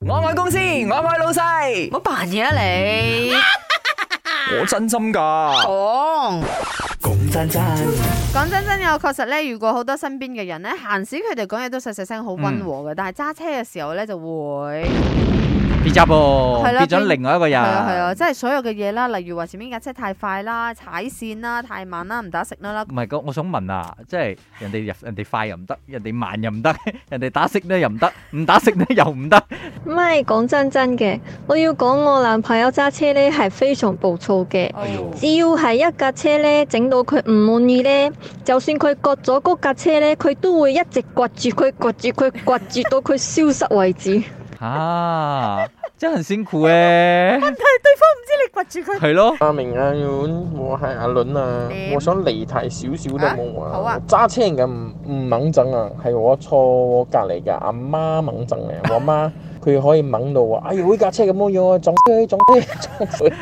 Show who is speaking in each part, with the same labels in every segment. Speaker 1: 我愛公司，我愛老細，
Speaker 2: 冇扮嘢啊你！
Speaker 1: 我真心㗎。
Speaker 2: 講
Speaker 3: 講真真，
Speaker 2: 講真真嘅，我確實咧遇過好多身邊嘅人咧，閒時佢哋講嘢都細細聲，好溫
Speaker 1: 嗯
Speaker 2: 和嘅，但係揸車嘅時候咧就會。
Speaker 1: 別執喎，
Speaker 2: 係啦
Speaker 1: 哦變咗另外一個人。
Speaker 2: 係啊係啊，即係所有嘅嘢啦，例如話前面架車太快啦、踩線啦、太慢啦、唔打食啦啦
Speaker 1: 唔，係個，我想問啊，即係人哋人哋快又唔得，人哋慢又唔得， 人哋打色咧又唔得，唔打色咧又唔得。
Speaker 4: 唔係講真真嘅，我要講我男朋友揸車呢係非常暴躁嘅。
Speaker 2: 哦
Speaker 1: 哎呦
Speaker 4: 只要係一架車呢整到佢唔滿意呢，就算佢割咗嗰架車呢，佢都會一直掘住佢，掘住佢，掘住到佢消失為止。
Speaker 1: 啊，真係很辛苦 誒。
Speaker 2: 你掘 住佢。
Speaker 1: 係咯，
Speaker 5: 阿明啊阿倫，我係阿倫啊
Speaker 2: 點，
Speaker 5: 我想離題少少都冇
Speaker 2: 啊好啊
Speaker 5: 啊！揸、車人嘅唔唔掹整啊，係我錯我隔離嘅阿媽掹整 嘅，我媽佢可以掹到話，哎呀，呢架車咁樣啊，撞車撞車 撞車，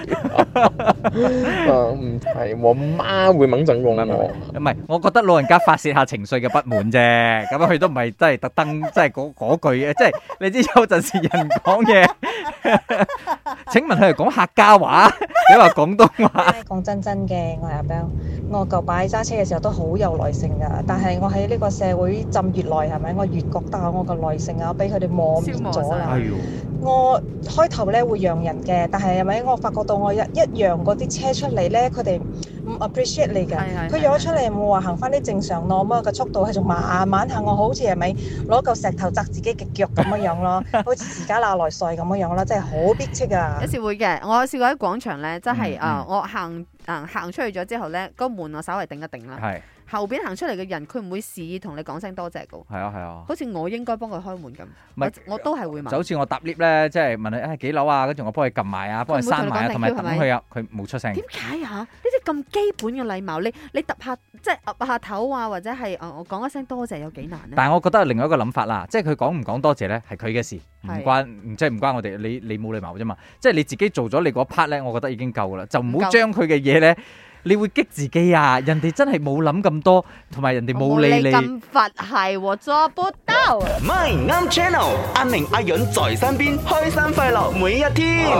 Speaker 5: 啊唔係我媽會掹整過
Speaker 1: 唔係唔
Speaker 5: 我
Speaker 1: 係。唔係，我覺得老人家發泄下情緒嘅不滿啫。咁佢都唔係真係特登，即係嗰嗰句嘅，即係你知有陣時人講嘢。 請問佢係講客家話，你話廣東話？
Speaker 6: 講真真嘅，我係阿 Bell。我舊擺揸車嘅時候都好有耐性㗎，但係我喺呢個社會浸越耐係咪？我越覺得我個耐性啊，俾佢哋磨滅
Speaker 2: 消
Speaker 6: 咗
Speaker 2: 磨晒
Speaker 6: 啦。
Speaker 2: 哎
Speaker 1: 呦，
Speaker 6: 我開頭咧會讓人嘅，但係係咪我發覺到我一一讓嗰啲車出嚟咧，佢哋唔 appreciate 你㗎
Speaker 2: 係係。
Speaker 6: 佢讓咗出嚟冇話行翻啲正常路咁嘅速度，係仲慢慢行，我好似係咪攞嚿石頭砸自己嘅腳咁樣樣咯，好似時家那來賽咁樣樣啦，真係好逼 迫啊
Speaker 2: 有！時會嘅，我試過喺廣場咧，即係
Speaker 1: 嗯
Speaker 2: 啊，我行行行出去咗之後咧，個門我稍微定一定啦，
Speaker 1: 係
Speaker 2: 後邊行出嚟嘅人佢唔會示意同你講聲多謝噶，
Speaker 1: 係啊係啊。
Speaker 2: 好似我應該幫佢開門咁，
Speaker 1: 唔係
Speaker 2: 我我都係會問
Speaker 1: 就好。似我搭 lift 咧，即係問佢誒幾樓啊，跟住我幫佢撳埋啊，幫佢閂埋啊，
Speaker 2: 佢
Speaker 1: 同
Speaker 2: 唔會
Speaker 1: 埋等
Speaker 2: 同你講 thank you，
Speaker 1: 佢啊，佢冇出聲
Speaker 2: 點。解啊？呢啲咁基本嘅禮貌，你你揼下即係揼下頭啊，或者係啊我講一聲多謝有幾難呢？
Speaker 1: 但係我覺得有另外一個諗法啦，即係佢講唔講多謝咧，係佢嘅事，唔
Speaker 2: 係
Speaker 1: 關唔即係唔關我哋。你你冇禮貌啫嘛，即係你自己做咗你嗰 part 咧，我覺得已經夠噶啦，就唔
Speaker 2: 唔
Speaker 1: 好
Speaker 2: 夠
Speaker 1: 將佢嘅嘢咧，你會激自己啊！人哋真係冇諗咁多，同埋人哋冇理你。
Speaker 2: 咁佛系喎，做不到。
Speaker 3: My Am Channel，阿明阿允在身邊，開心快樂每一天。